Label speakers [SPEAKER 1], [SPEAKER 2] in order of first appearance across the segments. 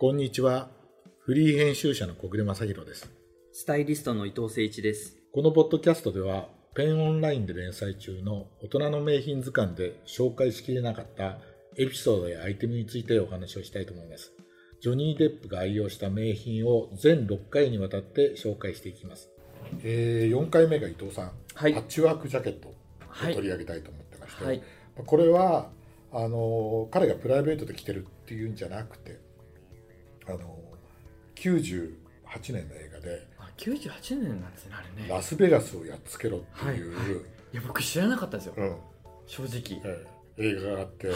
[SPEAKER 1] こんにちは。フリー編集者の小暮正弘です。
[SPEAKER 2] スタイリストの伊藤誠一です。
[SPEAKER 1] このポッドキャストでは、ペンオンラインで連載中の大人の名品図鑑で紹介しきれなかったエピソードやアイテムについてお話をしたいと思います。ジョニー・デップが愛用した名品を全6回にわたって紹介していきます。えー、4回目が伊藤さん、
[SPEAKER 2] はい
[SPEAKER 1] パッチワークジャケットを
[SPEAKER 2] はい
[SPEAKER 1] 取り上げたいと思ってまして、
[SPEAKER 2] はい
[SPEAKER 1] これはあの彼がプライベートで着てるっていうんじゃなくてあの98年の映画で
[SPEAKER 2] あ、98年なんですね、あれね。
[SPEAKER 1] ラスベガスをやっつけろっていう、
[SPEAKER 2] はいいや、僕知らなかったんですよ、
[SPEAKER 1] うん
[SPEAKER 2] 正直。
[SPEAKER 1] ええ映画があって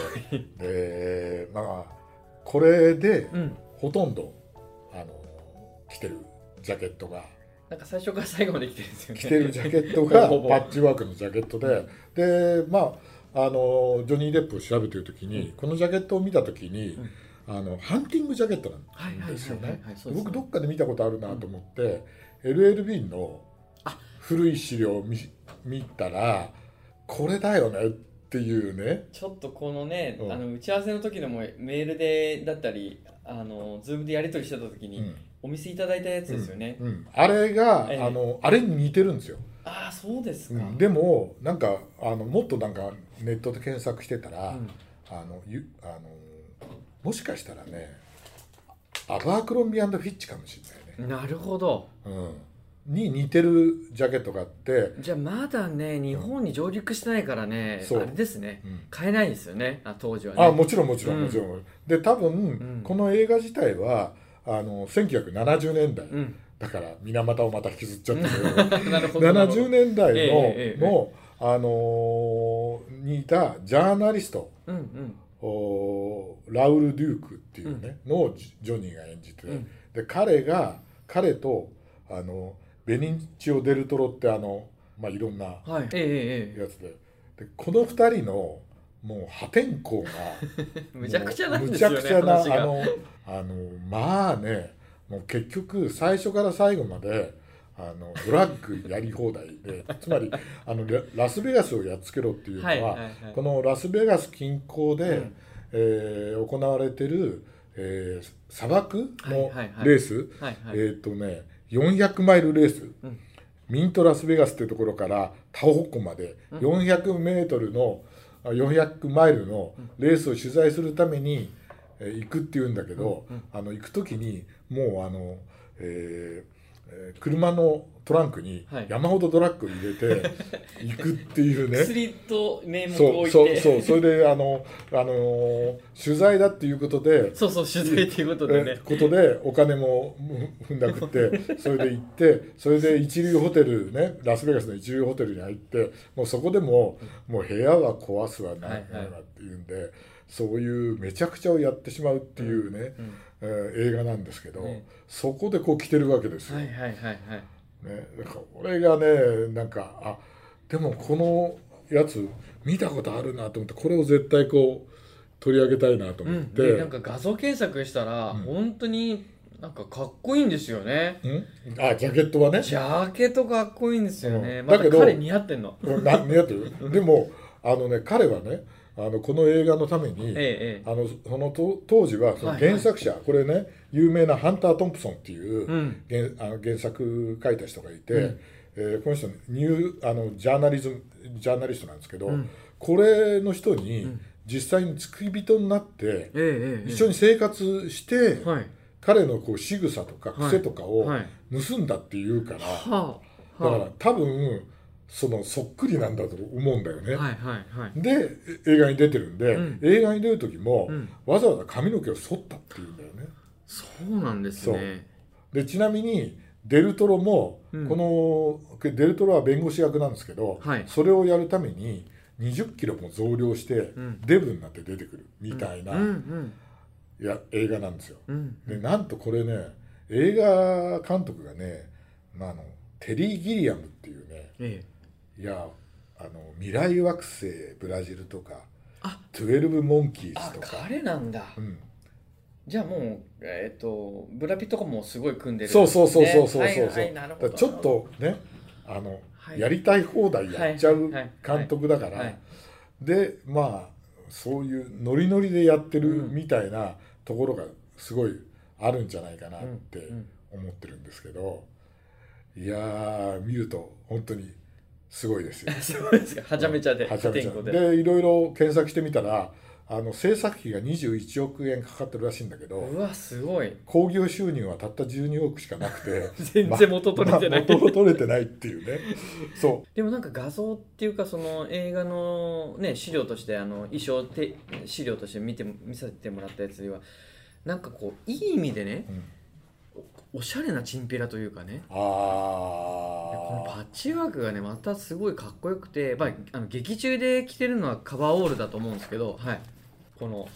[SPEAKER 1] でまあこれで
[SPEAKER 2] うん。
[SPEAKER 1] ほとんどあの着てるジャケットが
[SPEAKER 2] なんか最初から最後まで来てるんですよね。
[SPEAKER 1] 着てるジ ャケットがパ
[SPEAKER 2] ほぼ
[SPEAKER 1] ッチワークのジャケットででまああのジョニー・デップを調べてる時に、このジャケットを見た時に、あのハンティングジャケット
[SPEAKER 2] はい
[SPEAKER 1] な
[SPEAKER 2] は
[SPEAKER 1] ん
[SPEAKER 2] い
[SPEAKER 1] ですよ
[SPEAKER 2] はい
[SPEAKER 1] ね
[SPEAKER 2] はいはいそうですね
[SPEAKER 1] 僕どっかで見たことあるなと思って、LLB の
[SPEAKER 2] あ
[SPEAKER 1] 古い資料を見見たらこれだよねっていうね
[SPEAKER 3] ちょっとこのね、
[SPEAKER 1] うん
[SPEAKER 3] あの打ち合わせの時のもメールでだったり、あのズームでやり取りしてた時に、
[SPEAKER 1] うん
[SPEAKER 3] お見せいただいたやつですよね。
[SPEAKER 1] うんうんあれが、
[SPEAKER 3] ええ
[SPEAKER 1] あのあれに似てるんですよ、
[SPEAKER 3] ああ、そうです
[SPEAKER 1] う
[SPEAKER 3] か。
[SPEAKER 1] んでもなんかあのもっとなんかネットで検索してたら、
[SPEAKER 2] うん
[SPEAKER 1] あのゆあのもしかしたらねアバークロンビーフィッチかもしれ
[SPEAKER 2] なるほど。
[SPEAKER 1] ないね、うん、に似てるジャケットがあって、
[SPEAKER 2] じゃあまだね、日本に上陸してないからね、
[SPEAKER 1] そう
[SPEAKER 2] あれですね。
[SPEAKER 1] うん
[SPEAKER 2] 買えないんですよね、あ当時はね。
[SPEAKER 1] あもちろんもちろん
[SPEAKER 2] うん
[SPEAKER 1] もちろん、で多分、
[SPEAKER 2] ん
[SPEAKER 1] この映画自体はあの1970年代、
[SPEAKER 2] うん。
[SPEAKER 1] だから水俣をまた引きずっち ゃったけど
[SPEAKER 2] なるほど。なるほ
[SPEAKER 1] 70
[SPEAKER 2] ど
[SPEAKER 1] 年代の、
[SPEAKER 2] ええええええ
[SPEAKER 1] のあのーにいたジャーナリスト
[SPEAKER 2] うんうん。
[SPEAKER 1] おーラウル・デュークっていうね、のをジジョニーが演じて、
[SPEAKER 2] うん
[SPEAKER 1] で彼が彼とあのベニンチオ・デルトロってあの、まあ、いろんなや
[SPEAKER 2] はい。えええええ
[SPEAKER 1] つで,、でこの二人のもう破天荒が
[SPEAKER 2] え。 むちゃくちゃなんですよ
[SPEAKER 1] もうむ
[SPEAKER 2] ね、
[SPEAKER 1] ちゃくちゃな
[SPEAKER 2] 話
[SPEAKER 1] あ
[SPEAKER 2] が。
[SPEAKER 1] のあのまあねもう結局最初から最後まであのドラッグやり放題で つまりあのララスベガスをやっつけろっていうのは、
[SPEAKER 2] はいはいはい
[SPEAKER 1] このラスベガス近郊で、
[SPEAKER 2] うん
[SPEAKER 1] えー行われてる、えー砂漠の
[SPEAKER 2] はいはいはい
[SPEAKER 1] レース、
[SPEAKER 2] はいはい。
[SPEAKER 1] えっ、とね400マイルレース、
[SPEAKER 2] うん
[SPEAKER 1] ミントラスベガスっていうところからタオホッコまで400メートルの、あ400マイルのレースを取材するために、えー行くっていうんだけど、あの行く時にもうあの、えーえー車のトランクに
[SPEAKER 2] はい
[SPEAKER 1] 山ほどドラッグを入れて行くっていうね。
[SPEAKER 3] 薬と名目を
[SPEAKER 1] そ
[SPEAKER 3] 置
[SPEAKER 1] う
[SPEAKER 3] いて、
[SPEAKER 1] そうそうそれであの、あのー取材だっていうことで
[SPEAKER 2] そうそう、取材っていうことで
[SPEAKER 1] え
[SPEAKER 2] ね。
[SPEAKER 1] ことでお金もふ踏んだく ってそれで行ってそれで一流ホテルねラスベガスの一流ホテルに入ってもうそこでももう部屋は壊すわな
[SPEAKER 2] はいはい
[SPEAKER 1] なんだっていうんでそういうめちゃくちゃをやってしまうっていうね、えー映画なんですけど、
[SPEAKER 2] ね
[SPEAKER 1] そこでこう来てるわけですよ。
[SPEAKER 2] はいはいはいはい。
[SPEAKER 1] ね、だからこれがねなんかあでもこのやつ見たことあるなと思ってこれを絶対こう取り上げたいなと
[SPEAKER 2] う
[SPEAKER 1] 思っ
[SPEAKER 2] ん、
[SPEAKER 1] て。
[SPEAKER 2] でなんか画像検索したら、
[SPEAKER 1] うん
[SPEAKER 2] 本当になんかかっこいいんですよね
[SPEAKER 1] うんあジャケットはね
[SPEAKER 2] ジャケットかっこいいんですよね、
[SPEAKER 1] うん
[SPEAKER 2] ま
[SPEAKER 1] だ
[SPEAKER 2] た
[SPEAKER 1] けど
[SPEAKER 2] 彼似合ってんの
[SPEAKER 1] うんな似合ってる でもあのね彼はねあのこの映画のために、
[SPEAKER 2] えええ
[SPEAKER 1] あのそのと当時はその
[SPEAKER 2] はいはい
[SPEAKER 1] 原作者、これね有名なハンター・トンプソンっていう、
[SPEAKER 2] えうん
[SPEAKER 1] 原あの原作書いた人がいて、
[SPEAKER 2] うん
[SPEAKER 1] えーこの人ニューあのジャーナリズムジャーナリストなんですけど、
[SPEAKER 2] うん
[SPEAKER 1] これの人に、
[SPEAKER 2] ん
[SPEAKER 1] 実際に付き人になって、
[SPEAKER 2] ええええ
[SPEAKER 1] 一緒に生活して、
[SPEAKER 2] はい
[SPEAKER 1] 彼のこう仕草とか
[SPEAKER 2] はい
[SPEAKER 1] 癖とかを
[SPEAKER 2] はい
[SPEAKER 1] 盗んだっていうから、
[SPEAKER 2] はあ
[SPEAKER 1] だから
[SPEAKER 2] は
[SPEAKER 1] 多分そのそっくりなんだと思うんだよ
[SPEAKER 2] あ
[SPEAKER 1] ね。
[SPEAKER 2] はいはいはい
[SPEAKER 1] でえ映画に出てるんで、
[SPEAKER 2] うん
[SPEAKER 1] 映画に出る時も、
[SPEAKER 2] うん
[SPEAKER 1] わざわざ髪の毛を剃ったっていうんだよね。
[SPEAKER 2] そうなんですね
[SPEAKER 1] でちなみにデルトロも、
[SPEAKER 2] うん
[SPEAKER 1] このデルトロは弁護士役なんですけど、
[SPEAKER 2] はい
[SPEAKER 1] それをやるために20キロも増量して、
[SPEAKER 2] ん
[SPEAKER 1] デブになって出てくるみたいな、
[SPEAKER 2] うんうん
[SPEAKER 1] いや映画なんですよ。
[SPEAKER 2] うん
[SPEAKER 1] でなんとこれね映画監督がね、まあ、あのテリー・ギリアムっていうね
[SPEAKER 2] ええ
[SPEAKER 1] いやあの未来惑星ブラジルとか
[SPEAKER 2] あ
[SPEAKER 1] 12モンキー
[SPEAKER 3] あ
[SPEAKER 1] ズとか。
[SPEAKER 3] 彼なんだ。
[SPEAKER 1] うん
[SPEAKER 3] じゃあもう、えっ、と、ブラピとかもすごい組んでる、
[SPEAKER 1] そうそうそうそうそうそう、
[SPEAKER 3] ねはいはい、なる
[SPEAKER 1] だ
[SPEAKER 3] ほ
[SPEAKER 1] か
[SPEAKER 3] ど
[SPEAKER 1] らちょっ、とねあの、
[SPEAKER 2] はい
[SPEAKER 1] やりたい放題やっちゃう
[SPEAKER 3] はいはいはい
[SPEAKER 1] 監督だから、
[SPEAKER 3] はい。
[SPEAKER 1] でまあそういうノリノリでやってる
[SPEAKER 2] うん
[SPEAKER 1] みたいなところがすごいあるんじゃないかなっ
[SPEAKER 2] うん
[SPEAKER 1] て
[SPEAKER 2] うん
[SPEAKER 1] 思ってるんですけど、いやー見ると本当にすごいですよ
[SPEAKER 3] そうですかはちゃめちゃで
[SPEAKER 1] はちゃめち
[SPEAKER 3] 破
[SPEAKER 1] ゃ
[SPEAKER 3] 天荒で
[SPEAKER 1] でいろいろ検索してみたらあの制作費が21億円かかってるらしいんだけど
[SPEAKER 2] うわすごい
[SPEAKER 1] 興行収入はたった12億しかなくて
[SPEAKER 2] 全然 元取れてない、
[SPEAKER 1] まあ元も取れてないっていうねそ
[SPEAKER 2] でもなんか画像っていうかその映画のね資料としてあの衣装て資料として見ても見させてもらったやつにはなんかこういい意味でね
[SPEAKER 1] う、うん、
[SPEAKER 2] おおしゃれなチンピラというかねこの
[SPEAKER 1] あ
[SPEAKER 2] パッチワークがねまたすごいかっこよくて、まあ、あの劇中で着てるのはカバーオールだと思うんですけど、はい、この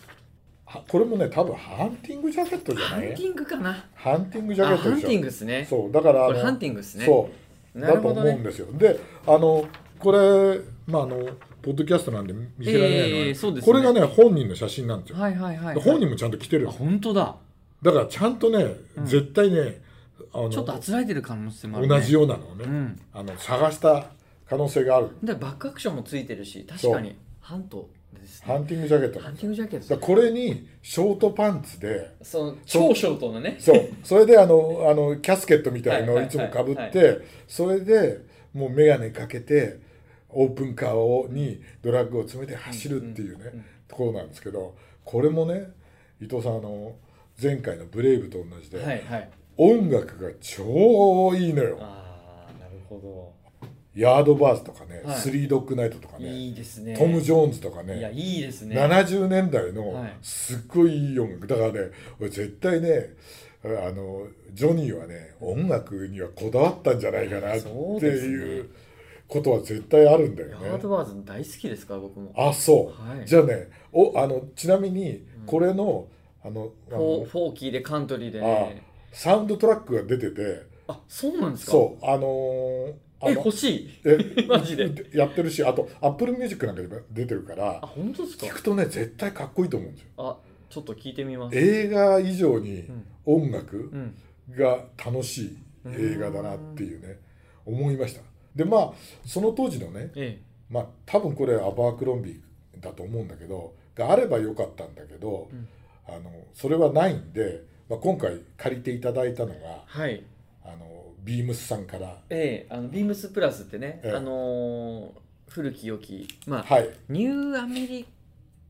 [SPEAKER 1] あこれもね多分ハンティングジャケットじゃ
[SPEAKER 2] ハ
[SPEAKER 1] な
[SPEAKER 2] ンテ
[SPEAKER 1] い
[SPEAKER 2] ィングかな
[SPEAKER 1] ハンティングジ
[SPEAKER 2] あ
[SPEAKER 1] ャケッ
[SPEAKER 2] ハ
[SPEAKER 1] ト
[SPEAKER 2] ン
[SPEAKER 1] でし
[SPEAKER 2] テ
[SPEAKER 1] ょ
[SPEAKER 2] ィングですね
[SPEAKER 1] そうだからあ
[SPEAKER 2] こ
[SPEAKER 1] の
[SPEAKER 2] れハンティングですね
[SPEAKER 1] そう
[SPEAKER 2] な
[SPEAKER 1] だ
[SPEAKER 2] る
[SPEAKER 1] と
[SPEAKER 2] ほど
[SPEAKER 1] 思うん
[SPEAKER 2] ね
[SPEAKER 1] ですよ。で、あの、これ、まあ、あの、ポッドキャストなんで見せられないのは、
[SPEAKER 2] ええそうですね
[SPEAKER 1] これがね、本人の写真なんですよ。
[SPEAKER 2] はいはいはい、
[SPEAKER 1] で本人もちゃんと着てるよ。
[SPEAKER 2] あ本当だ
[SPEAKER 1] だから、ちゃんとね、
[SPEAKER 2] うん
[SPEAKER 1] 絶対ね、あの、
[SPEAKER 2] ちょっとあつらえてる可能性もある、ね、
[SPEAKER 1] 同じようなのをね、
[SPEAKER 2] うん
[SPEAKER 1] あの、探した可能性がある。
[SPEAKER 2] でバックアクションもついてるし確かにハントですね
[SPEAKER 1] ハンティングジャケットな
[SPEAKER 2] ハ
[SPEAKER 1] ん
[SPEAKER 2] ン
[SPEAKER 1] です
[SPEAKER 2] ティ
[SPEAKER 1] よ。
[SPEAKER 2] ングジャケッ
[SPEAKER 1] だ
[SPEAKER 2] ト
[SPEAKER 1] からこれに、ショートパンツで、
[SPEAKER 3] その超ショートのね
[SPEAKER 1] そう、それで、あの、あの、キャスケットみたいのをいつもかぶ
[SPEAKER 3] は
[SPEAKER 1] っ
[SPEAKER 3] いは
[SPEAKER 1] て、それで、もう眼鏡かけて、オープンカーをにドラッグを詰めて走るっていうね、
[SPEAKER 3] ん
[SPEAKER 1] ところなんですけどこれもね伊藤さんあの前回の「ブレイブ」と同じで、
[SPEAKER 3] はいはい
[SPEAKER 1] 音楽が超いいのよ
[SPEAKER 3] ああなるほ
[SPEAKER 1] ヤードバーズとかね、
[SPEAKER 3] はい
[SPEAKER 1] スリードッグナイトとか
[SPEAKER 3] ど
[SPEAKER 1] ね
[SPEAKER 3] いいですね
[SPEAKER 1] トム・ジョーンズとか
[SPEAKER 3] いや
[SPEAKER 1] ね
[SPEAKER 3] いいですね
[SPEAKER 1] 70年代の
[SPEAKER 3] はい
[SPEAKER 1] すっごいいい音楽だからね俺絶対ねあのジョニーはね音楽にはこだわったんじゃないかなって
[SPEAKER 2] そうですね
[SPEAKER 1] いうことは絶対あるんだよ
[SPEAKER 2] ハー
[SPEAKER 1] ね
[SPEAKER 2] ト。バーズ大好きですから僕も
[SPEAKER 1] あそう
[SPEAKER 2] はい
[SPEAKER 1] じゃあねおあのちなみにこれの,、あのあ
[SPEAKER 2] フォー
[SPEAKER 1] の
[SPEAKER 2] フォーキーでカントリーでね
[SPEAKER 1] あサウンドトラックが出てて
[SPEAKER 2] あそうなんですか
[SPEAKER 1] そうあのーあ
[SPEAKER 2] え
[SPEAKER 1] の
[SPEAKER 2] 欲しい
[SPEAKER 1] え
[SPEAKER 2] マジで
[SPEAKER 1] やってるしあとアップルミュージックなんかでも出てるから
[SPEAKER 2] あ本当ですか
[SPEAKER 1] 聞くとね絶対かっこいいと思うんですよ
[SPEAKER 2] あちょっと聞いてみます
[SPEAKER 1] 映画以上に
[SPEAKER 2] うん
[SPEAKER 1] 音楽
[SPEAKER 2] うん
[SPEAKER 1] が楽しい映画だなっていうね思いましたでまあその当時のね
[SPEAKER 2] え
[SPEAKER 1] まあ多分これアバークロンビーだと思うんだけどがあればよかったんだけど、
[SPEAKER 2] うん
[SPEAKER 1] あのそれはないんで、まあ、今回借りていただいたのが
[SPEAKER 2] えはい
[SPEAKER 1] あのビームスさんから、
[SPEAKER 2] ええあのビームスプラスってね、
[SPEAKER 1] ええ
[SPEAKER 2] あのー古き良きまあ、
[SPEAKER 1] はい、
[SPEAKER 2] ニューアメリ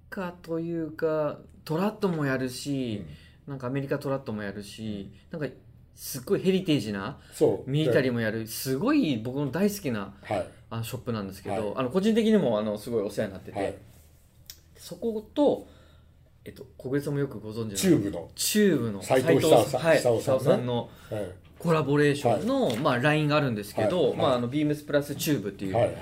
[SPEAKER 2] カというかトラットもやるし、なんかアメリカトラットもやるし、なんかすっごいヘリテージな
[SPEAKER 1] そう
[SPEAKER 2] ミリタリーもやるすごい僕の大好きな
[SPEAKER 1] ーはい
[SPEAKER 2] あショップなんですけど、
[SPEAKER 1] はい
[SPEAKER 2] あの個人的にもあのすごいお世話になってて、
[SPEAKER 1] はい
[SPEAKER 2] そこと、えっと、小暮さんもよくご存知の
[SPEAKER 1] チューブの、
[SPEAKER 2] チューブの
[SPEAKER 1] 斉藤久夫さん
[SPEAKER 2] はい
[SPEAKER 1] 久夫さんね
[SPEAKER 2] 久夫さんの
[SPEAKER 1] はい
[SPEAKER 2] コラボレーションの、まあ、ラインがあるんですけ
[SPEAKER 1] は
[SPEAKER 2] ど、
[SPEAKER 1] い
[SPEAKER 2] まあ、あのビームスプラスチューブっていう、
[SPEAKER 1] はいはい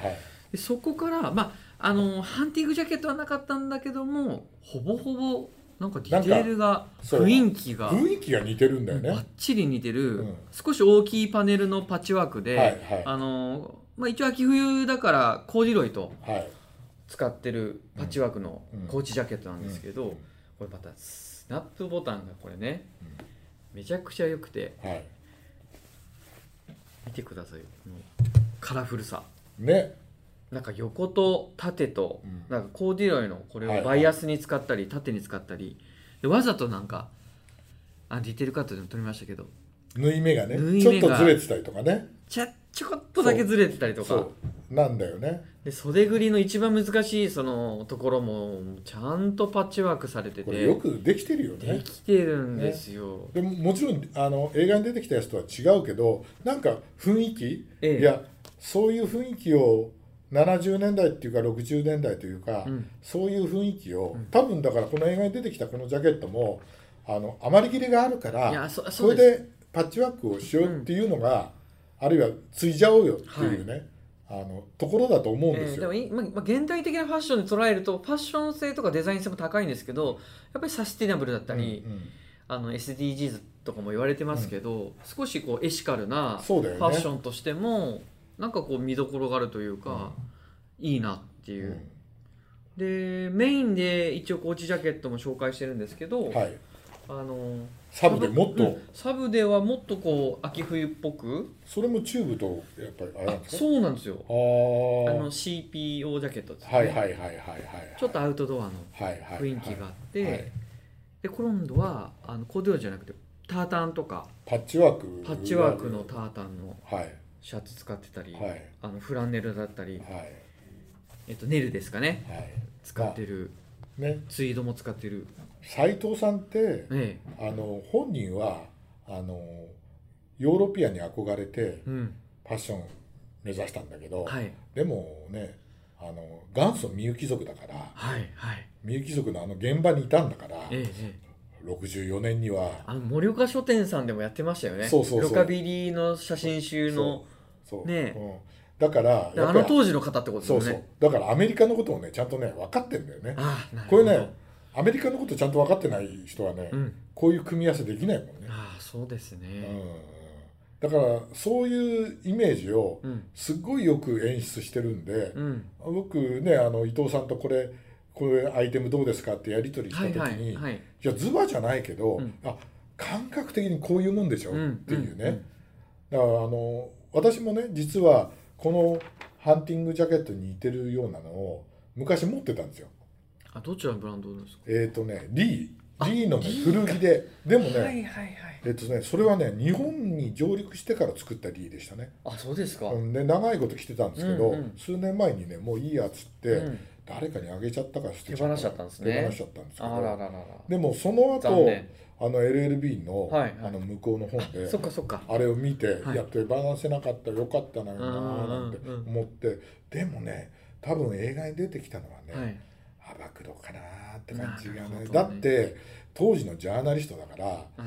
[SPEAKER 2] でそこから、まあ、あのハンティングジャケットはなかったんだけどもほぼほぼなんかディテールが
[SPEAKER 1] そう
[SPEAKER 2] 雰囲気が
[SPEAKER 1] 雰囲気が似てるんだよね
[SPEAKER 2] ばっちり似てる、
[SPEAKER 1] うん
[SPEAKER 2] 少し大きいパネルのパッチワークで、
[SPEAKER 1] はいはい
[SPEAKER 2] あのまあ、一応秋冬だからコーディロイと
[SPEAKER 1] はい
[SPEAKER 2] 使ってるパッチワークの
[SPEAKER 1] うん
[SPEAKER 2] コーチジャケットなんですけど、
[SPEAKER 1] うん
[SPEAKER 2] これまたスナップボタンがこれね、
[SPEAKER 1] うん
[SPEAKER 2] めちゃくちゃ良くて
[SPEAKER 1] はい
[SPEAKER 2] 見てくださいよこのカラフルさ
[SPEAKER 1] ね
[SPEAKER 2] なんか横と縦と、
[SPEAKER 1] うん
[SPEAKER 2] なんかコーディロイのこれ
[SPEAKER 1] はいはい
[SPEAKER 2] をバイアスに使ったり縦に使ったりでわざとなんかあディテールカットでも撮りましたけど
[SPEAKER 1] 縫い目がね
[SPEAKER 2] 縫い
[SPEAKER 1] ちょ
[SPEAKER 2] 目
[SPEAKER 1] っ
[SPEAKER 2] が
[SPEAKER 1] とずれてたりとかね
[SPEAKER 2] ちゃちょこっとだけずれてたりとか
[SPEAKER 1] そうなんだよね
[SPEAKER 2] で袖ぐりの一番難しいそのところもちゃんとパッチワークされて
[SPEAKER 1] これよ
[SPEAKER 2] て
[SPEAKER 1] くできてるよね
[SPEAKER 2] できてるんですよ、
[SPEAKER 1] でももちろんあの映画に出てきたやつとは違うけどなんか雰囲気、
[SPEAKER 2] ええ
[SPEAKER 1] いやそういう雰囲気を70年代っていうか60年代というか、
[SPEAKER 2] うん
[SPEAKER 1] そういう雰囲気を多分だからこの映画に出てきたこのジャケットもあの余り切れがあるか
[SPEAKER 2] いや
[SPEAKER 1] ら
[SPEAKER 2] そ
[SPEAKER 1] そ
[SPEAKER 2] そう
[SPEAKER 1] れ
[SPEAKER 2] です
[SPEAKER 1] でパッチワークをしようっていうのが、あるいはついじゃおうよっていうね、あのところだと思うん
[SPEAKER 2] え
[SPEAKER 1] です
[SPEAKER 2] ーで
[SPEAKER 1] よ。
[SPEAKER 2] もいまま現代的なファッションで捉えるとファッション性とかデザイン性も高いんですけどやっぱりサスティナブルだったり、
[SPEAKER 1] うんうん
[SPEAKER 2] あの SDGs とかも言われてますけど、少しこうエシカルなフ
[SPEAKER 1] そうだよ
[SPEAKER 2] ァ
[SPEAKER 1] ね
[SPEAKER 2] ッションとしても、なんかこう見どころがあるというか、いいなっていうう、
[SPEAKER 1] ん
[SPEAKER 2] でメインで一応コーチジャケットも紹介してるんですけど、
[SPEAKER 1] はい、
[SPEAKER 2] あの
[SPEAKER 1] サブでもっと、
[SPEAKER 2] うんサブではもっとこう秋冬っぽく
[SPEAKER 1] それもチューブとやっぱりあれなん
[SPEAKER 2] あ
[SPEAKER 1] ですか
[SPEAKER 2] そうなんですよ
[SPEAKER 1] あ
[SPEAKER 2] あ
[SPEAKER 1] ー
[SPEAKER 2] の CPO ジャケットですね、
[SPEAKER 1] はいはいはいはいはい
[SPEAKER 2] ちょっとアウトドアの
[SPEAKER 1] はいはいはい
[SPEAKER 2] 雰囲気があって、
[SPEAKER 1] はい
[SPEAKER 2] で今度はあのコーデュロイじゃなくてタータンとか
[SPEAKER 1] パッチワーク
[SPEAKER 2] パッチワークのタータンの
[SPEAKER 1] はい
[SPEAKER 2] シャツ使ってたり、
[SPEAKER 1] はい
[SPEAKER 2] あのフランネルだったり、
[SPEAKER 1] はい
[SPEAKER 2] えっと、ネルですかね
[SPEAKER 1] はい
[SPEAKER 2] 使ってる、
[SPEAKER 1] ね
[SPEAKER 2] ツイードも使ってる、
[SPEAKER 1] 斎藤さんって
[SPEAKER 2] ええ
[SPEAKER 1] あの本人はあのヨーロピアンに憧れて
[SPEAKER 2] うん
[SPEAKER 1] ファッション目指したんだけど、
[SPEAKER 2] はい
[SPEAKER 1] でもねあの元祖みゆき族だから
[SPEAKER 2] はいはい
[SPEAKER 1] みゆき族のあの現場にいたんだから
[SPEAKER 2] ええええ
[SPEAKER 1] 64年には
[SPEAKER 2] あの盛岡書店さんでもやってましたよね
[SPEAKER 1] そうそうそう
[SPEAKER 2] ロカビリーの写真集の
[SPEAKER 1] そう、
[SPEAKER 2] ねえ
[SPEAKER 1] うん、だから
[SPEAKER 2] で
[SPEAKER 1] や
[SPEAKER 2] あの
[SPEAKER 1] っぱり
[SPEAKER 2] 当時の方ってことです
[SPEAKER 1] そ
[SPEAKER 2] よ
[SPEAKER 1] う
[SPEAKER 2] ね
[SPEAKER 1] そうだからアメリカのことをねちゃんとね分かってんだよね
[SPEAKER 2] ああなる
[SPEAKER 1] こ
[SPEAKER 2] ほど
[SPEAKER 1] れねアメリカのことちゃんと分かってない人はね、
[SPEAKER 2] うん
[SPEAKER 1] こういう組み合わせできないもんね、
[SPEAKER 2] ああそうです
[SPEAKER 1] うん
[SPEAKER 2] ね、
[SPEAKER 1] だからそういうイメージを
[SPEAKER 2] うん
[SPEAKER 1] すっごいよく演出してるんで、
[SPEAKER 2] うん
[SPEAKER 1] 僕ねあの伊藤さんとこれこれアイテムどうですかってやり取りした
[SPEAKER 2] はい
[SPEAKER 1] 時に、
[SPEAKER 2] はい
[SPEAKER 1] い
[SPEAKER 2] はい
[SPEAKER 1] やズバじゃないけど、
[SPEAKER 2] うん
[SPEAKER 1] あ感覚的にこういうもんでしょ、
[SPEAKER 2] うん
[SPEAKER 1] っていうね、だからあの私もね実はこのハンティングジャケットに似てるようなのを昔持ってたんですよ
[SPEAKER 2] あどちらのブランドですか
[SPEAKER 1] えっ、とねリーリーのね
[SPEAKER 2] リー
[SPEAKER 1] 古着ででもね、
[SPEAKER 3] はいはいはい
[SPEAKER 1] えっ、とねそれはね日本に上陸してから作ったリーでしたね、
[SPEAKER 3] あそうですか、
[SPEAKER 1] うん、で長いこと着てたんですけど、
[SPEAKER 2] うんうん
[SPEAKER 1] 数年前にねもういいやつって、
[SPEAKER 3] うん
[SPEAKER 1] 誰かにあげちゃったか捨て
[SPEAKER 3] 手放しちゃったんですね
[SPEAKER 1] 手放しちゃったんですけど
[SPEAKER 3] あららららら
[SPEAKER 1] でもその
[SPEAKER 3] 残
[SPEAKER 1] 後
[SPEAKER 3] 念
[SPEAKER 1] あの LLB の,、
[SPEAKER 3] はいはい
[SPEAKER 1] あの向こうの本で
[SPEAKER 2] そっかそっか
[SPEAKER 1] あれを見て、
[SPEAKER 2] はい
[SPEAKER 1] やっと手放せなかったよかったなよななんて
[SPEAKER 2] うんうんうん
[SPEAKER 1] 思って、でもね多分映画に出てきたのはね、
[SPEAKER 2] はい
[SPEAKER 1] あ暴露かなーって感じが
[SPEAKER 2] な
[SPEAKER 1] ね
[SPEAKER 2] るほどね
[SPEAKER 1] だって当時のジャーナリストだから
[SPEAKER 2] はい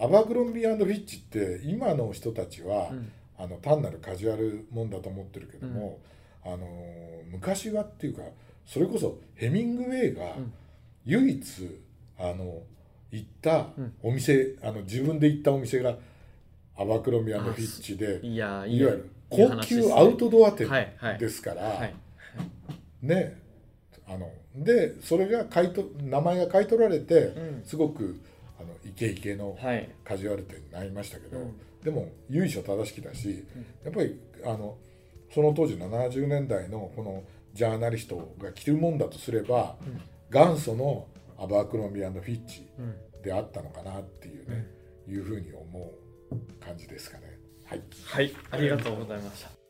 [SPEAKER 1] アバクロンビーフィッチって今の人たちは、
[SPEAKER 2] うん
[SPEAKER 1] あの単なるカジュアルもんだと思ってるけども、あのー昔はっていうかそれこそヘミングウェイが
[SPEAKER 2] うん
[SPEAKER 1] 唯一、あの行った
[SPEAKER 2] うん
[SPEAKER 1] お店、あの自分で行ったお店がアバクロミアのフィッチで
[SPEAKER 2] いや
[SPEAKER 1] いわゆる高級アウトドア店
[SPEAKER 2] はいはい
[SPEAKER 1] ですから、
[SPEAKER 2] はい
[SPEAKER 1] ねあのでそれが買いと名前が買い取られて、
[SPEAKER 3] うん
[SPEAKER 1] すごくあのイケイケの
[SPEAKER 3] はい
[SPEAKER 1] カジュアル店になりましたけど、
[SPEAKER 3] うん
[SPEAKER 1] でも由緒正しきだし、やっぱりあのその当時70年代のこのジャーナリストが着るもんだとすれば、元祖のアバークロンビアのフィッチ
[SPEAKER 2] うん
[SPEAKER 1] であったのかなっていうね、いうふうに思う感じですかね。はい
[SPEAKER 3] はいありがとうございました